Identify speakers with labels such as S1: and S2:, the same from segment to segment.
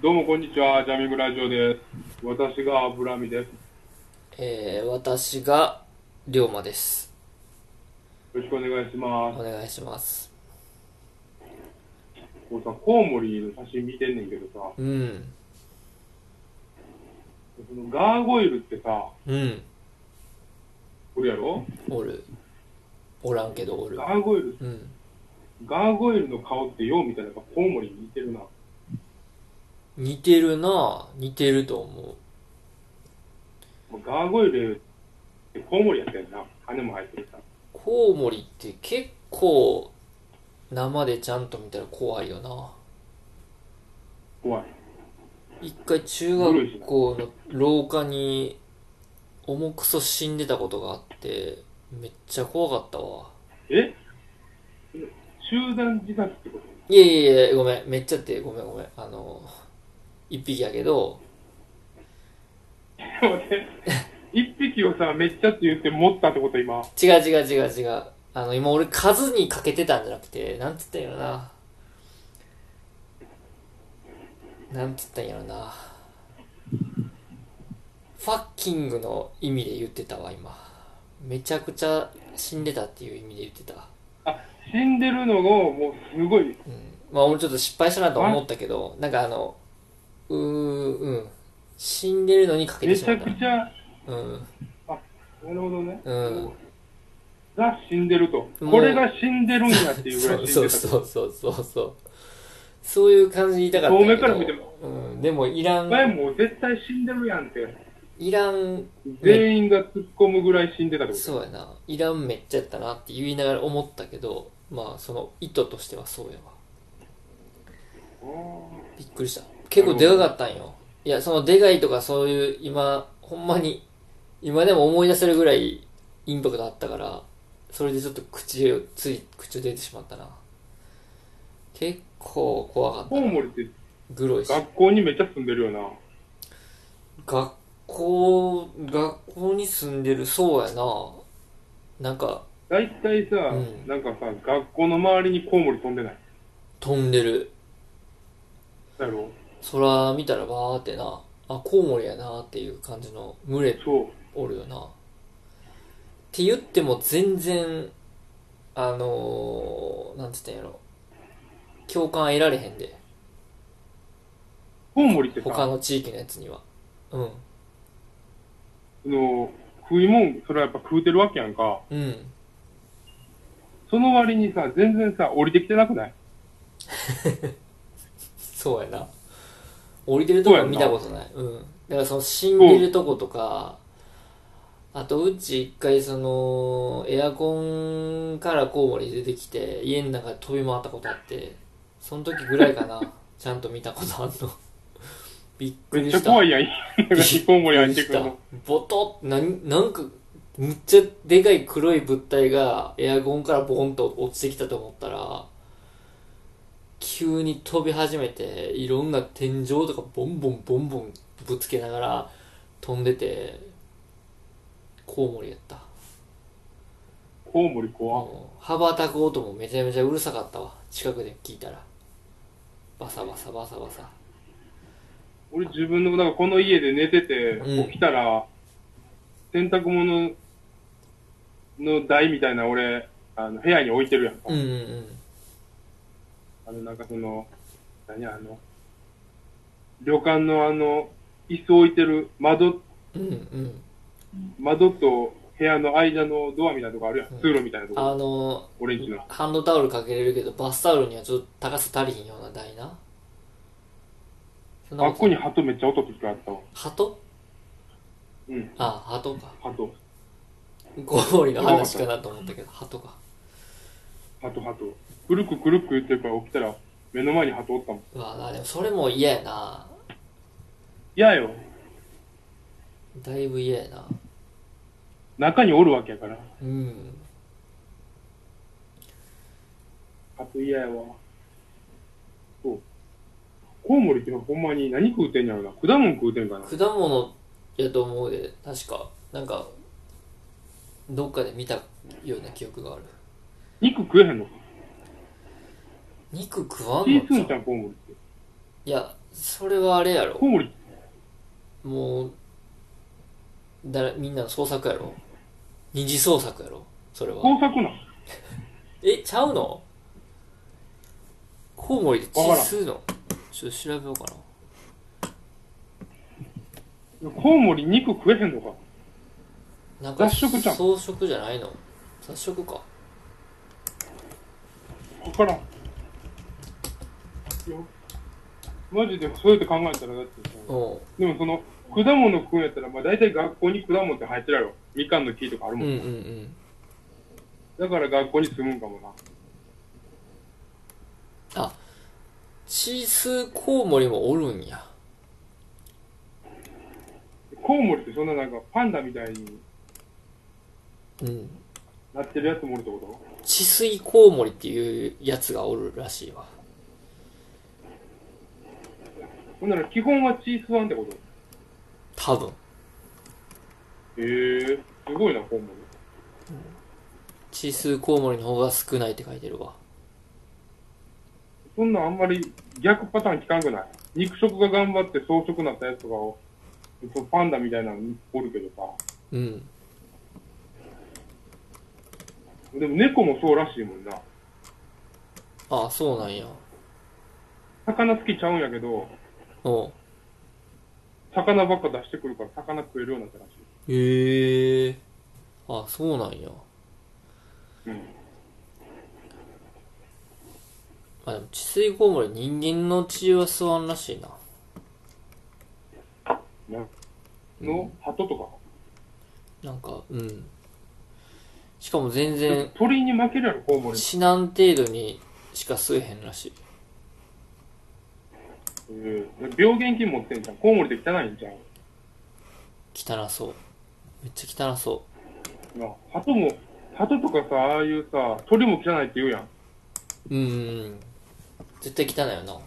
S1: どうもこんにちは、ジャミングラジオです。私が油見です。よ
S2: えー、私が龍馬です。
S1: ろしくお願いしま
S2: お
S1: す。
S2: 願いします。
S1: こうさ、コウモリの写真見てんねんけどさ、
S2: うん、
S1: そのガーゴイルってさ、
S2: うん、
S1: おるやろ
S2: おる。おらんけどおる。
S1: ガーゴイル、
S2: うん。
S1: ガーゴイルの顔ってよう見たらやっぱコウモリに似てるな。
S2: 似てるなぁ似てると思
S1: ガーゴイルってコウモリやったやんな。羽も生えてるさ。
S2: う。コウモリって結構生でちゃんと見たら怖いよな
S1: 怖い。
S2: 一回中学校の廊下に重くそ死んでたことがあって、めっちゃ怖かったわ。
S1: え集団自殺ってこと
S2: いやいやいや、ごめん、めっちゃって、ごめんごめん。あの、一匹やけど、
S1: ちょっと待って。一匹をさ、めっちゃって言って持ったってこと今。
S2: 違う違う違う違う。あの、今俺数にかけてたんじゃなくて、なんつったんやろな。なんつったんやろな。ファッキングの意味で言ってたわ、今。めちゃくちゃ死んでたっていう意味で言ってた。
S1: 死んでるのをもうすごい、
S2: うん。まあ俺ちょっと失敗したなとは思ったけど、なんかあの、うー、うん。死んでるのにかけて
S1: め
S2: し
S1: ち
S2: ま
S1: ゃ
S2: っ
S1: くちゃ、
S2: た。うん。
S1: なるほどね。
S2: うん。
S1: が死んでると。
S2: もう
S1: これが死んでるんやっていうぐ
S2: そ
S1: らいう死ん
S2: そ
S1: で
S2: う
S1: たと。
S2: そうそうそうそうそういう感じで言いたかったん
S1: 遠
S2: やけど
S1: 目から見て
S2: うん、でもいらん
S1: 前もう絶対死んでるやんって。
S2: いらん
S1: 全員が突っ込むぐらい死んでたってこと。
S2: そうやないらんめっちゃやったなって言いながら思ったけどまあその意図としてはそうやわびっくりした結構でかかったんよいやそのでかいとかそういう今ほんまに今でも思い出せるぐらいインパクトあったからそれでちょっと口をつい口を出てしまったな結構怖かった
S1: コウ
S2: な
S1: モリって
S2: グロいし
S1: 学校にめっちゃ住んでるよな。
S2: 学校、学校に住んでる、そうやな。なんか、
S1: 大体さ、
S2: うん
S1: なんかさ、学校の周りにコウモリ飛んでない。
S2: 飛んでる。
S1: だろ
S2: 空見たらバーってな、あ、コウモリやなっていう感じの群れ
S1: そう。
S2: おるよな。って言っても全然、あのー、なんて言ったんやろ。共感得られへんで。
S1: コウモリってさ、
S2: 他の地域のやつには。うん。
S1: あの食い物、それはやっぱ食うてるわけやんか。
S2: うん。
S1: その割にさ、全然さ、降りてきてなくない
S2: そうやな。降りてるとこは見たことない。うん。だからその死んでるとことか、あとうち一回その、エアコンからコウモリ出てきて、家の中で飛び回ったことあって、その時ぐらいかな、ちゃんと見たことあんの。びっく
S1: めっ
S2: り
S1: ちゃ
S2: した。
S1: 怖いやん。 コウモリ入ってくるの。
S2: ボトッなんなんかむっちゃでかい黒い物体がエアゴンからボンと落ちてきたと思ったら急に飛び始めていろんな天井とかボンボンボンボンぶつけながら飛んでてコウモリやった
S1: コウモリ怖。
S2: もう羽ばたく音もめちゃめちゃうるさかったわ近くで聞いたらバサバサバサバサ
S1: 俺自分の、なんかこの家で寝てて、
S2: うん
S1: 起きたら、洗濯物の台みたいな俺、あの、部屋に置いてるやんか。
S2: うんうんうん
S1: あの、なんかその、何あの、旅館のあの、椅子置いてる窓、
S2: うんうん
S1: 窓と部屋の間のドアみたいなとこあるやん。
S2: うん
S1: 通路みたいなとこ、
S2: あの
S1: 俺んちの。
S2: ハンドタオルかけれるけど、バスタオルにはちょっと高さ足りひんような台な。そんな
S1: あっ
S2: こと
S1: こに鳩めっちゃ音とかあったわ。
S2: 鳩
S1: うん、
S2: あ鳩か。
S1: 鳩、
S2: ゴモリの話かなと思ったけど、鳩か。
S1: 鳩、鳩。くるくくるく言ってるから起きたら、目の前に鳩おったもん。
S2: うわあでもそれも嫌やな。
S1: 嫌よ。
S2: だいぶ嫌やな。
S1: 中におるわけやから。
S2: うん。
S1: 鳩嫌やわ。そう。コウモリってほんまに何食うてんやろな。果物食うてんかな。
S2: 果物やと思うで、確か。なんか、どっかで見たような記憶がある。
S1: 肉食えへんのか。
S2: 肉食わん
S1: チ
S2: の
S1: ースンち
S2: じ
S1: ゃ
S2: ゃん
S1: ん、コウモリって。
S2: いや、それはあれやろ
S1: コウモリ、
S2: もうだらみんなの創作やろ二次創作やろそれは
S1: 工作なん
S2: えちゃうのコウモリで血
S1: わからん
S2: 吸うのちょっと調べようかな
S1: コウモリ肉食えへんのか
S2: なんか
S1: 雑食じゃん
S2: 草食じゃないの雑食か
S1: わからん。いやマジでそうやって考えたらだってさ
S2: うん
S1: でもその、果物食うんやったら、まあ大体学校に果物って入ってるやろ。みかんの木とかある
S2: うん
S1: も。
S2: うんんうん
S1: だから学校に住むんかもな。
S2: 血吸うコウモリもおるんや
S1: コウモリってそんななんかパンダみたいに
S2: うん
S1: なってるやつもおるってこ
S2: 血吸いコウモリっていうやつがおるらしいわ
S1: とほんなら基本はチースワンってこと
S2: 多分
S1: へえー、すごいな、コウモ
S2: 血吸うコウモリの方が少ないって書いてるわ
S1: リ。そんなんあんまり逆パターン聞かんくない肉食が頑張って草食になったやつとかを、そうパンダみたいなのおるけどさ。
S2: うん
S1: でも猫もそうらしいもんな。
S2: あそうなんや
S1: 魚好きちゃうんやけど、
S2: おう
S1: 魚ばっか出してくるから魚食えるようになったらしい。
S2: へえあそうなんや
S1: うん。
S2: まあでも血吸いコウモリ人間の血は吸わんらしいな
S1: なの、鳩とか。
S2: なんかうんしかも全然
S1: 鳥に負けるやろ、コウモリ。へ
S2: 死なん程度にしか吸えへんらしい
S1: え病原菌持ってんじゃん。コウモリって汚いんじゃん。
S2: 汚そうめっちゃ汚そ
S1: な鳩も、鳩とかさ、ああいうさ、鳥も汚いって言うやん。
S2: ううんうんうん絶対汚いよな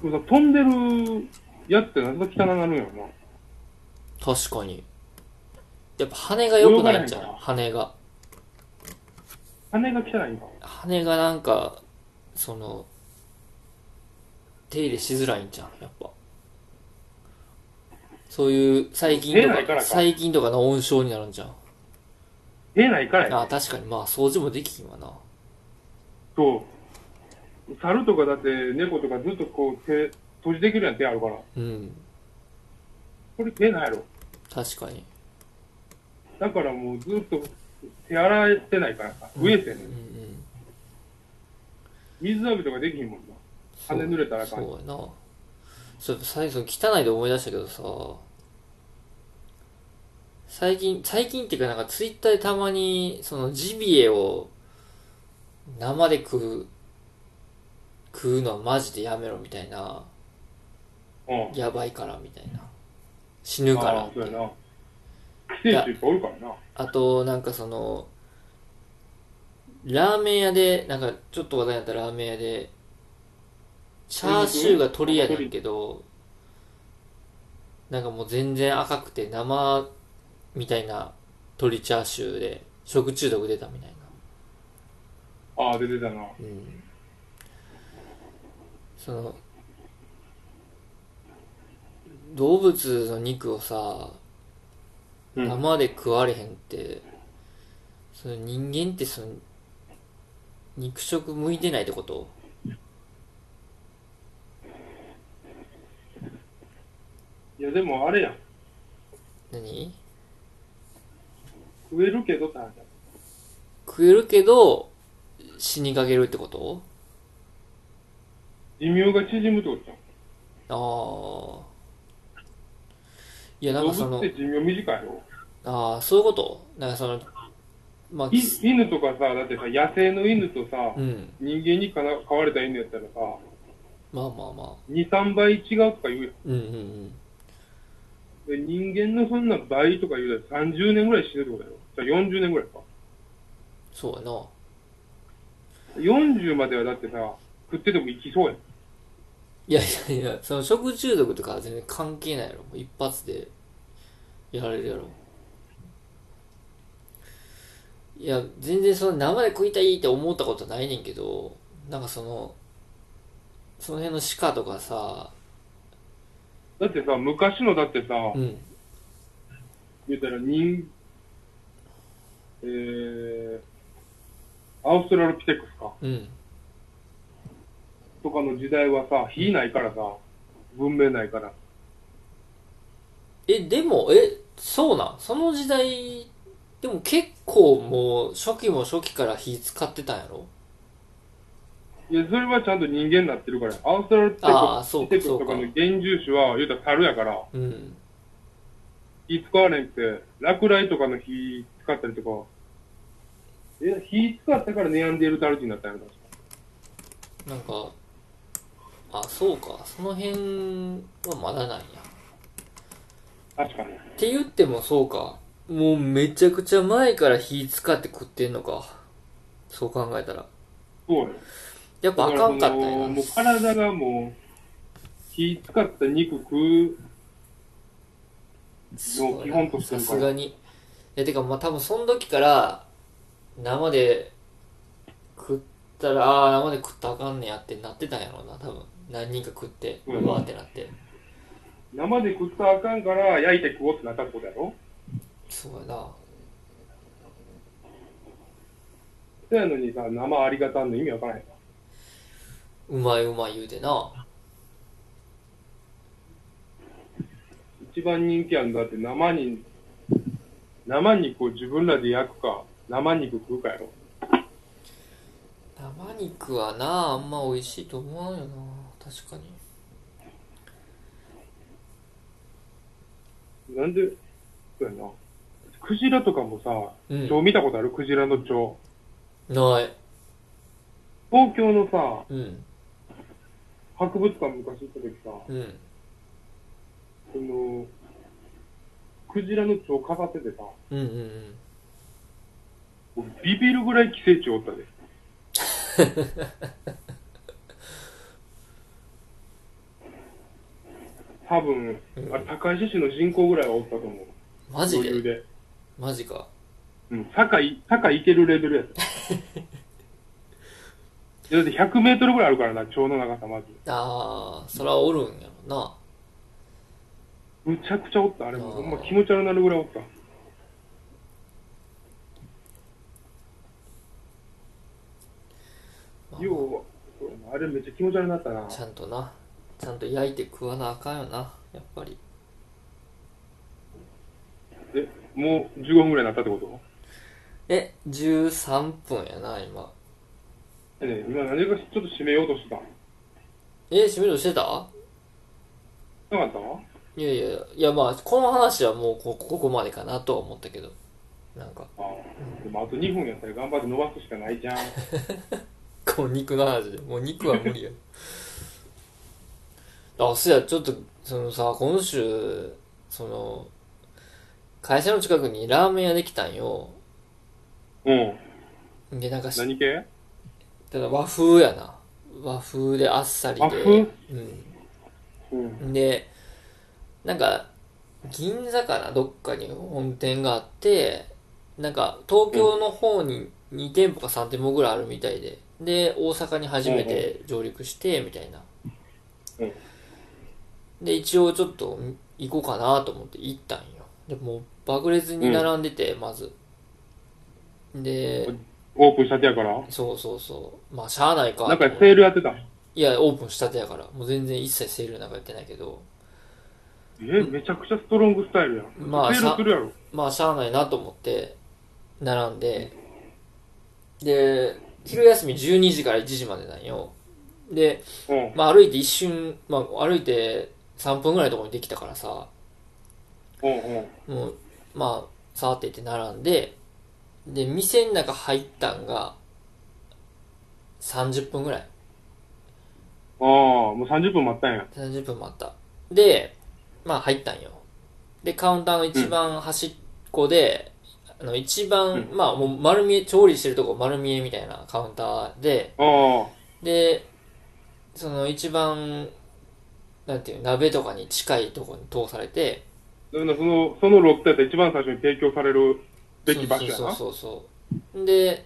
S1: でもさ、飛んでるやつってなんで汚なるんやろな。
S2: 確かにやっぱ羽が良くないんじゃ
S1: 泳が
S2: ん
S1: ないん
S2: 羽が
S1: 羽が汚いんか。
S2: 羽がなんかその手入れしづらいんじゃんやっぱそういう細菌
S1: 出
S2: と
S1: な
S2: か
S1: いからか
S2: 細菌とかの温床になるんじゃん
S1: 出ないからや
S2: あ確かにまあ掃除もできひんわな
S1: そう。猿とかだって猫とかずっとこう手、閉じてくるやん、手あるから。
S2: うん
S1: これ手ないやろ。
S2: 確かに
S1: だからもうずっと手洗えてないからさ、増えてんね
S2: うん
S1: ん。
S2: うん
S1: 水浴びとかできひんもんな。羽濡れたらあかん
S2: そうやなそう最近その汚いで思い出したけどさ最近最近っていうかなんかツイッターでたまにそのジビエを生で食う食うのはマジでやめろみたいな
S1: うん。
S2: やばいからみたいな死ぬから
S1: ああそうやな。寄生虫いっぱいおるからな。
S2: あと、なんかその、ラーメン屋で、なんかちょっと話題になったラーメン屋で、チャーシューが鳥やねんけど、なんかもう全然赤くて生みたいな鳥チャーシューで食中毒出たみたいな。
S1: ああ、出てたな。
S2: うん。その、動物の肉をさ、
S1: うん。
S2: 生で食われへんってその人間ってその肉食向いてないってこと
S1: いや、でもあれやん。
S2: 何
S1: 食えるけどって話や
S2: 食えるけど死にかけるってこと
S1: 寿命が縮むってことじゃん。
S2: ああいやなん
S1: 動
S2: かそ
S1: 物っ
S2: の
S1: て寿命短いやろ。
S2: ああそういうことなんかそのまあ
S1: い犬とかさ、だってさ、野生の犬とさ、
S2: うん
S1: 人間にかな飼われた犬やったらさ、
S2: まあまあまあ
S1: 2、3倍違うとか言うやん。
S2: うんうんうん
S1: で人間のそんな倍とか言うたら30年ぐらい死ぬってことやろ。じゃあ40年ぐらいか。
S2: そうやな
S1: 40まではだってさ、食ってても生きそうやん。
S2: いやいやいやその食中毒とかは全然関係ないやろもう一発でやられるやろいや全然その生で食いたいって思ったことないねんけどなんかそのその辺の鹿とかさ、
S1: だってさ、昔のだってさ、
S2: うん。
S1: 言うたら人、えー、アウストラロピテクスか、
S2: うん。
S1: とかの時代はさ、火ないからさ、文明ないから。
S2: え、でも、え、そうなんその時代、でも結構もう、初期も初期から火使ってたんやろ
S1: いや、それはちゃんと人間になってるから。アウストラロピテク
S2: ああ、
S1: ス
S2: そ
S1: ピ
S2: う
S1: テ
S2: か、
S1: クス
S2: そう
S1: と
S2: か
S1: かの。原住種は、言うたら猿やから、
S2: うん。
S1: 火使われんくて、落雷とかの火使ったりとか、え、火使ったからネアンデルタル人になったんやろ確か
S2: なんか、あ、そうか、その辺はまだなんや。
S1: 確かに。
S2: って言ってもそうか。もうめちゃくちゃ前から火使って食ってんのか。そう考えたら。
S1: そうよ。
S2: やっぱあかんかったんやな。
S1: もう体がもう、火使った肉食う、
S2: そう
S1: 基
S2: や
S1: 本として
S2: さ
S1: るから
S2: すがに。いや、てかまあ多分その時から、生で食ったら、ああ、生で食ったらあかんねやってなってたんやろうな、多分。何人か食って、
S1: うん
S2: うわーってなって。
S1: 生で食ったらあかんから焼いて食おうってなったってことやろ
S2: そうやな。
S1: そやのにさ、生ありがたんの意味わからへん。
S2: うまいうまい言うてな。
S1: 一番人気あるんだって生に、生肉を自分らで焼くか、生肉食うかやろ。
S2: 生肉はな、あんま美味しいと思わんよな。確かに。
S1: なんで、そうやな。クジラとかもさ、
S2: うん。
S1: 今日見たことあるクジラの蝶。
S2: ない。
S1: 東京のさ、
S2: うん。
S1: 博物館昔行った時さ、
S2: うん。
S1: その、クジラの蝶飾っててさ、
S2: うんうんうん。
S1: 僕ビビるぐらい寄生虫お ったで。多分、
S2: うん
S1: あれ、高石市の人口ぐらいはおったと思う。
S2: マジ
S1: 余裕
S2: で
S1: で。
S2: マジか。
S1: うん、坂い、坂行けるレベルや った。だって100メートルぐらいあるからな、蝶の長さまず。
S2: ああ、そらおるんやろな。
S1: むちゃくちゃおった、あれも。
S2: あー
S1: ほんま気持ち悪なるぐらいおった。
S2: まあ
S1: よう、そうやなあれめっちゃ気持ち悪なったな。
S2: ちゃんとな。ちゃんと焼いて食わなあかんよな。やっぱり。
S1: え、もう15分ぐらいになったってこと
S2: え、13分やな、今。
S1: えね今何かちょっと締めようとしてた。
S2: え、閉めるしてた
S1: なかったわ
S2: いやいや、いやまあ、この話はもうこ、ここまでかなとは思ったけど。なんか、
S1: あーでもあと2分やったら頑張って伸ばすしかないじ ゃん。
S2: こう肉の話で。もう肉は 無理や。あ、そうや、ちょっと、そのさ、今週、その、会社の近くにラーメン屋できたんよ。
S1: うん。
S2: で、なんかし、
S1: 何系
S2: ただ和風やな。和風であっさり
S1: 和
S2: で
S1: 風。
S2: う
S1: うん。
S2: ん。で、なんか、銀座かなどっかに本店があって、なんか、東京の方に2店舗か3店舗ぐらいあるみたいで、で、大阪に初めて上陸して、みたいな
S1: うん。
S2: で、一応ちょっと行こうかなと思って行ったんよ。でも、爆裂に並んでて、まず。で、
S1: オープンしたてやから
S2: そうそうそう。まあ、しゃあないかと思
S1: な
S2: っ
S1: ん
S2: て。
S1: かセールやってた。
S2: いや、オープンしたてやから、もう全然一切セールなんかやってないけど、
S1: え、めちゃくちゃストロングスタイルやん。
S2: まあ
S1: セールするやろ。
S2: まあ、しゃあないなと思って、並んで、で、昼休み12時から1時までなんよ。で、
S1: うん。
S2: まあ、歩いて一瞬、まあ、歩いて3分ぐらいのところにできたからさ、
S1: うんうん。
S2: もう、まあ、さーって行って並んで、で、店の中入ったんが、30分ぐらい。
S1: ああ、もう30分待ったんや。
S2: 30分待った。で、まあ入ったんよ。で、カウンターの一番端っこで、あの一番、まあもう丸見え、調理してるとこ丸見えみたいなカウンターで、
S1: あ
S2: で、その一番、なんていう、鍋とかに近いとこに通されて、
S1: あ。だからその、そのロットやったら一番最初に提供されるべき場所やな。
S2: そうそうそうそう。で、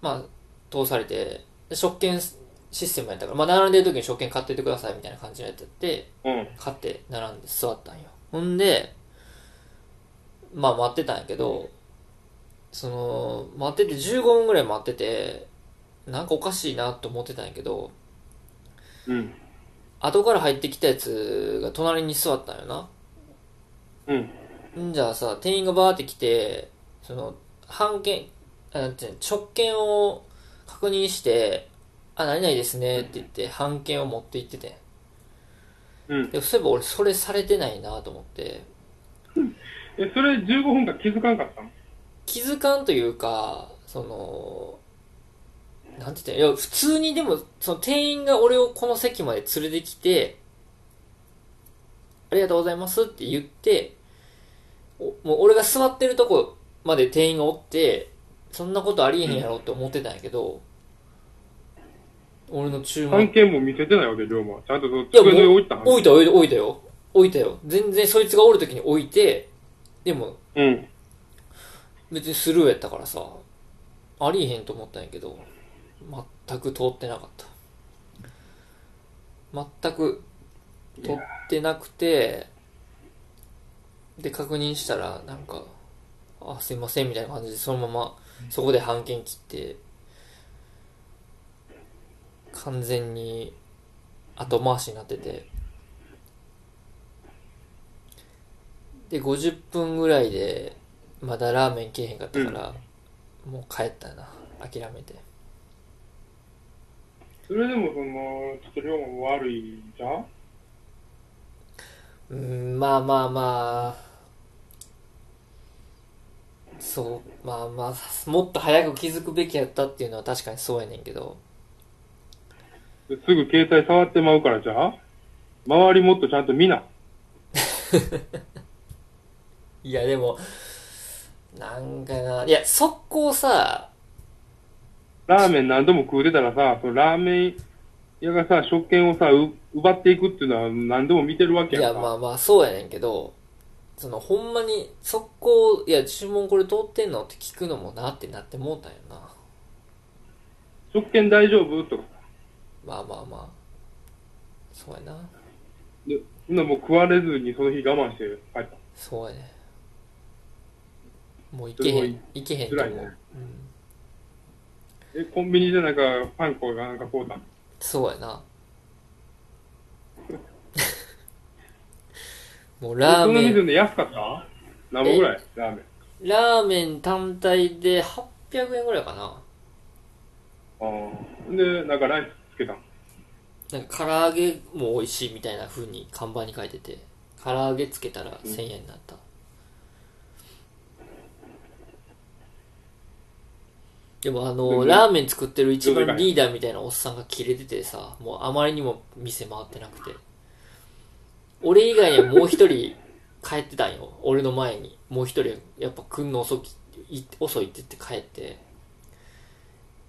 S2: まあ、通されて、で食券システムやったから、まあ、並んでる時に証券買っててくださいみたいな感じのやつやって、
S1: うん。
S2: 買って並んで座ったんよ。ほんで、まあ待ってたんやけど、その、待ってて15分ぐらい待ってて、なんかおかしいなと思ってたんやけど、
S1: うん。
S2: 後から入ってきたやつが隣に座ったんよな。
S1: うん。
S2: んじゃあさ、店員がバーって来て、その、半券、あなんていうの直券を確認して、あ、何々ですねって言って、半券を持って行っててん。
S1: うん。
S2: で、そういえば俺それされてないなと思って、
S1: え、それ15分間気づかんかったの
S2: 気づかんというか、その、なんて言ったらいいのいや、普通にでも、その店員が俺をこの席まで連れてきて、ありがとうございますって言って、おもう俺が座ってるとこまで店員がおって、そんなことありえへんやろって思ってたんやけど、俺の注
S1: 関
S2: 文。
S1: 係も見せてないわけ、龍馬は。ちゃんとその
S2: いや
S1: 机の上置いたは
S2: 置いたよ、置いたよ。置いたよ。全然そいつがおるときに置いて、でも
S1: ず。うん。
S2: 別にスルーやったからさありえへんと思ったんやけど全く通ってなかった全く通ってなくてで確認したらなんか「あすいません」みたいな感じでそのままそこで半券切って完全に後回しになっててで50分ぐらいでまだラーメンけえへんかったから、もう帰ったな諦めて
S1: それでもその、ちょっと龍馬も悪いじゃん
S2: うんまあまあまあそうまあまあもっと早く気づくべきやったっていうのは確かにそうやねんけど
S1: ですぐ携帯触ってまうからじゃあ周りもっとちゃんと見な。
S2: いやでもなんかないや速攻さ
S1: ラーメン何度も食うてたらさ、そのラーメン屋がさ、食券をさ、う奪っていくっていうのは何度も見てるわ
S2: い
S1: けや
S2: や
S1: んか。
S2: まあまあそうやねんけどそのほんまに速攻いや注文これ通ってんのって聞くのもなってなってもうたんやな
S1: 食券大丈夫とか。
S2: まあまあまあそうやな
S1: で、そんなもう食われずにその日我慢して帰った。
S2: そうやねもう行けへ
S1: す
S2: ん行けへんと
S1: 辛
S2: 思う、
S1: いね
S2: うん
S1: え、コンビニでなんかパン粉がなんかこうだ。
S2: そう やなもうラ
S1: えそ
S2: ーメ
S1: の
S2: ン
S1: 店で安かった何本ぐらいラーメン。
S2: ラーメン単体で800円ぐらいかな
S1: ああ。で、なんかライスつけたの。
S2: なんか唐揚げも美味しいみたいな風に看板に書いてて唐揚げつけたら1000円になった、でもあの、
S1: うん
S2: ラーメン作ってる一
S1: どうで
S2: 番
S1: かい
S2: リーダーみたいなおっさんがキレててさもうあまりにも店回ってなくて俺以外にはもう一人 帰ってたんよ俺の前にもう一人やっぱ来んの遅きい遅いって言って帰って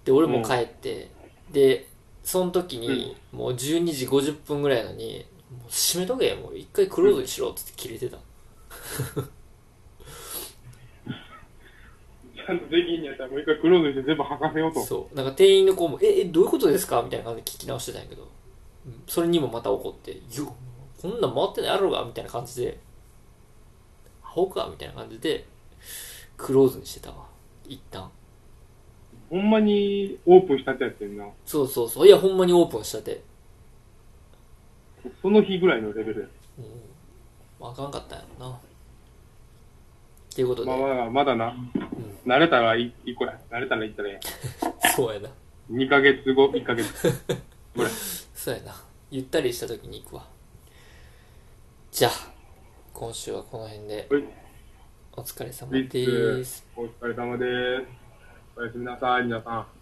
S2: で俺も帰って、でその時にもう12時50分ぐらいなのにもう閉めとけもう一回クローズにしろっつって切れてた、
S1: ちゃんとできんやったらもう一回クローズして全部吐かせようと。
S2: そうなんか店員の子も「ええどういうことですか?」みたいな感じで聞き直してたんやけど、うんそれにもまた怒って「よこんなん回ってないやろが」みたいな感じで「アホか」みたいな感じでクローズにしてたわ一旦
S1: ほんまにオープンしたってやってんな。
S2: そうそうそういやほんまにオープンしたて
S1: その日ぐらいのレベルや。
S2: うんあかんかったんやろなっていうことで、
S1: まあまあ、まだな。慣れたらいい個や。慣れたら行ったらえ
S2: そうやな
S1: えやん。2ヶ月後、1ヶ月。ぐらい。
S2: そうやなゆったりした時に行くわじゃあ今週はこの辺で
S1: はい
S2: お疲れ様
S1: リッ
S2: です
S1: ツ、お疲れ様です。おやすみなさい、皆さん。